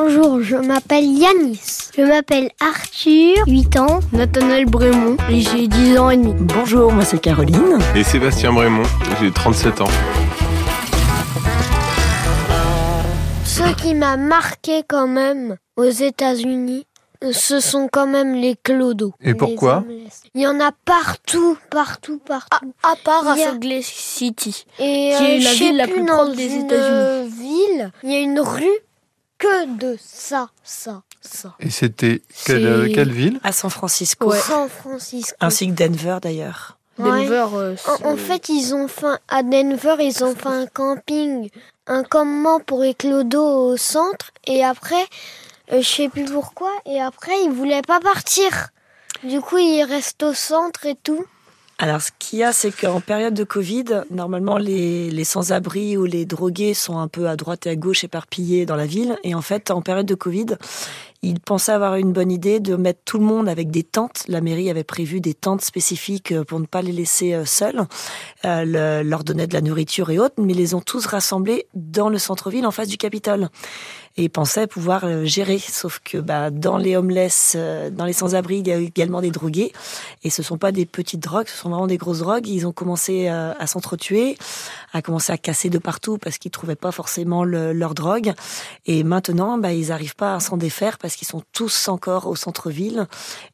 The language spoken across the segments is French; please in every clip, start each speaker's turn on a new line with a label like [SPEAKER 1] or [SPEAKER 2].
[SPEAKER 1] Bonjour, je m'appelle Yanis. Je m'appelle Arthur, 8 ans. Nathanaël Brémont, et j'ai 10 ans et demi.
[SPEAKER 2] Bonjour, moi c'est Caroline.
[SPEAKER 3] Et Sébastien Brémont, j'ai 37 ans.
[SPEAKER 1] Ce qui m'a marqué quand même aux États-Unis, ce sont quand même les clodos.
[SPEAKER 3] Et pourquoi
[SPEAKER 1] Les homeless. Il y en a partout, partout, partout.
[SPEAKER 4] À part à
[SPEAKER 1] Il y a-
[SPEAKER 4] Salt Lake City.
[SPEAKER 1] Et
[SPEAKER 4] Ah,
[SPEAKER 1] euh,
[SPEAKER 4] Qui est
[SPEAKER 1] je
[SPEAKER 4] la
[SPEAKER 1] sais
[SPEAKER 4] ville la plus
[SPEAKER 1] dans
[SPEAKER 4] propre des
[SPEAKER 1] une
[SPEAKER 4] États-Unis.
[SPEAKER 1] ville, il y a une rue que de ça, ça, ça.
[SPEAKER 3] Et c'était
[SPEAKER 4] C'est-
[SPEAKER 3] quelle, quelle ville
[SPEAKER 2] À San Francisco.
[SPEAKER 4] Ouais.
[SPEAKER 1] San Francisco.
[SPEAKER 2] Ainsi que Denver d'ailleurs.
[SPEAKER 1] Ouais.
[SPEAKER 4] Denver. euh, c'est-
[SPEAKER 1] En, en fait, ils ont fait à Denver, ils ont fait un camping, un campement pour les clodos au centre. Et après, euh, je sais plus pourquoi. Et après, ils voulaient pas partir. Du coup, ils restent au centre et tout.
[SPEAKER 2] Alors, ce qu'il y a, c'est qu'en période de Covid, normalement, les, les sans-abri ou les drogués sont un peu à droite et à gauche éparpillés dans la ville. Et en fait, en période de Covid, ils pensaient avoir une bonne idée de mettre tout le monde avec des tentes. La mairie avait prévu des tentes spécifiques euh, pour ne pas les laisser euh, seuls. Euh, le- leur donnait de la nourriture et autres, mais les ont tous rassemblés dans le centre-ville, en face du Capitole. Et ils pensaient pouvoir euh, gérer. Sauf que bah, dans les homeless, euh, dans les sans-abri, il y a également des drogués. Et ce sont pas des petites drogues, ce sont vraiment des grosses drogues. Ils ont commencé euh, à s'entretuer, à commencer à casser de partout parce qu'ils trouvaient pas forcément le- leur drogue. Et maintenant, bah, ils arrivent pas à s'en défaire parce qu'ils sont tous encore au centre-ville.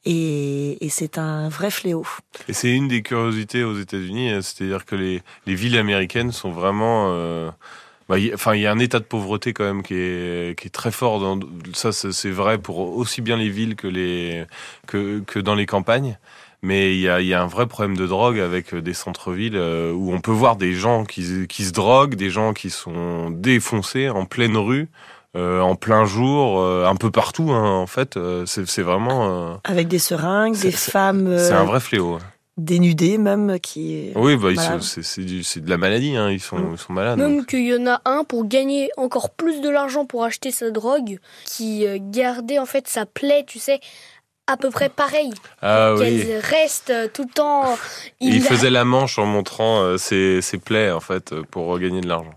[SPEAKER 2] Et, et c'est un vrai fléau.
[SPEAKER 3] Et c'est une des curiosités aux États-Unis, hein, c'est-à-dire que les, les villes américaines sont vraiment. euh, bah, y- Enfin, il y a un état de pauvreté quand même qui est, qui est très fort. Dans, ça, c'est c'est vrai pour aussi bien les villes que, les, que, que dans les campagnes. Mais il y a, il y a un vrai problème de drogue avec des centres-villes euh, où on peut voir des gens qui, qui se droguent, des gens qui sont défoncés en pleine rue, euh, en plein jour, euh, un peu partout hein, en fait. Euh, c'est c'est vraiment. euh,
[SPEAKER 2] Avec des seringues,
[SPEAKER 3] C'est-
[SPEAKER 2] des
[SPEAKER 3] c'est-
[SPEAKER 2] femmes
[SPEAKER 3] c'est
[SPEAKER 2] euh,
[SPEAKER 3] un vrai fléau. hein.
[SPEAKER 2] dénudées même qui...
[SPEAKER 3] Oui, bah, ils
[SPEAKER 2] Voilà.
[SPEAKER 3] sont- c'est c'est du- c'est de la maladie, hein. ils, sont,
[SPEAKER 2] Mm.
[SPEAKER 3] ils sont malades.
[SPEAKER 4] Même qu'il y en a un pour gagner encore plus de l'argent pour acheter sa drogue, qui euh, gardait en fait sa plaie, tu sais, à peu près pareille.
[SPEAKER 3] Ah oui.
[SPEAKER 4] Qu'elle reste euh, tout le temps.
[SPEAKER 3] Il faisait la manche en montrant euh, ses, ses plaies, en fait, euh, pour gagner de l'argent.